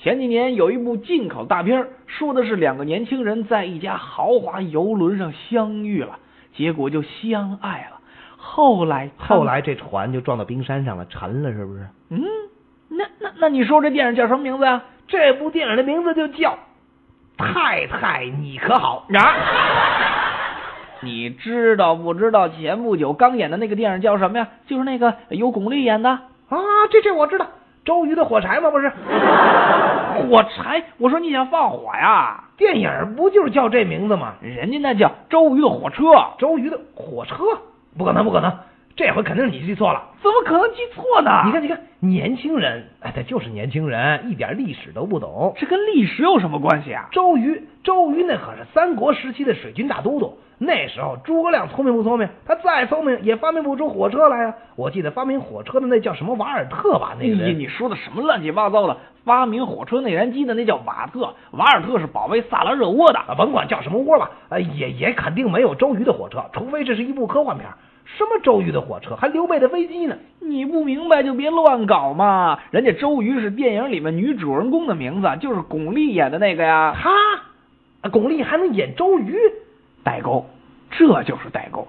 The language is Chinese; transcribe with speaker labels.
Speaker 1: 前几年有一部进口大片儿，说的是两个年轻人在一家豪华游轮上相遇了，结果就相爱了。后来他们
Speaker 2: 后来这船就撞到冰山上了，沉了是不是？
Speaker 1: 嗯，那那那你说这电影叫什么名字啊？
Speaker 2: 这部电影的名字就叫《太太你可好》
Speaker 1: 啊！你知道不知道前不久刚演的那个电影叫什么呀？就是那个由巩俐演的。
Speaker 2: 啊！这这我知道，周瑜的火柴吗？不是，
Speaker 1: 火柴，我说你想放火呀？
Speaker 2: 电影不就是叫这名字吗？
Speaker 1: 人家那叫周瑜的火车，
Speaker 2: 周瑜的火车，不可能，不可能，这回肯定是你记错了。
Speaker 1: 怎么可能记错呢？
Speaker 2: 你看，你看，年轻人，哎，他就是年轻人，一点历史都不懂。
Speaker 1: 这跟历史有什么关系啊？
Speaker 2: 周瑜，周瑜那可是三国时期的水军大都督。那时候诸葛亮聪明不聪明？他再聪明也发明不出火车来啊！我记得发明火车的那叫什么瓦尔特吧？那个
Speaker 1: 哎你
Speaker 2: 人，
Speaker 1: 你说的什么乱七八糟的？发明火车内燃机的那叫瓦特，瓦尔特是保卫萨拉热窝的。
Speaker 2: 啊，甭管叫什么窝吧，呃，也也肯定没有周瑜的火车，除非这是一部科幻片儿。什么周瑜的火车，还刘备的飞机呢？
Speaker 1: 你不明白就别乱搞嘛！人家周瑜是电影里面女主人公的名字，就是巩俐演的那个呀。
Speaker 2: 他，啊巩俐还能演周瑜？
Speaker 1: 代沟，这就是代沟。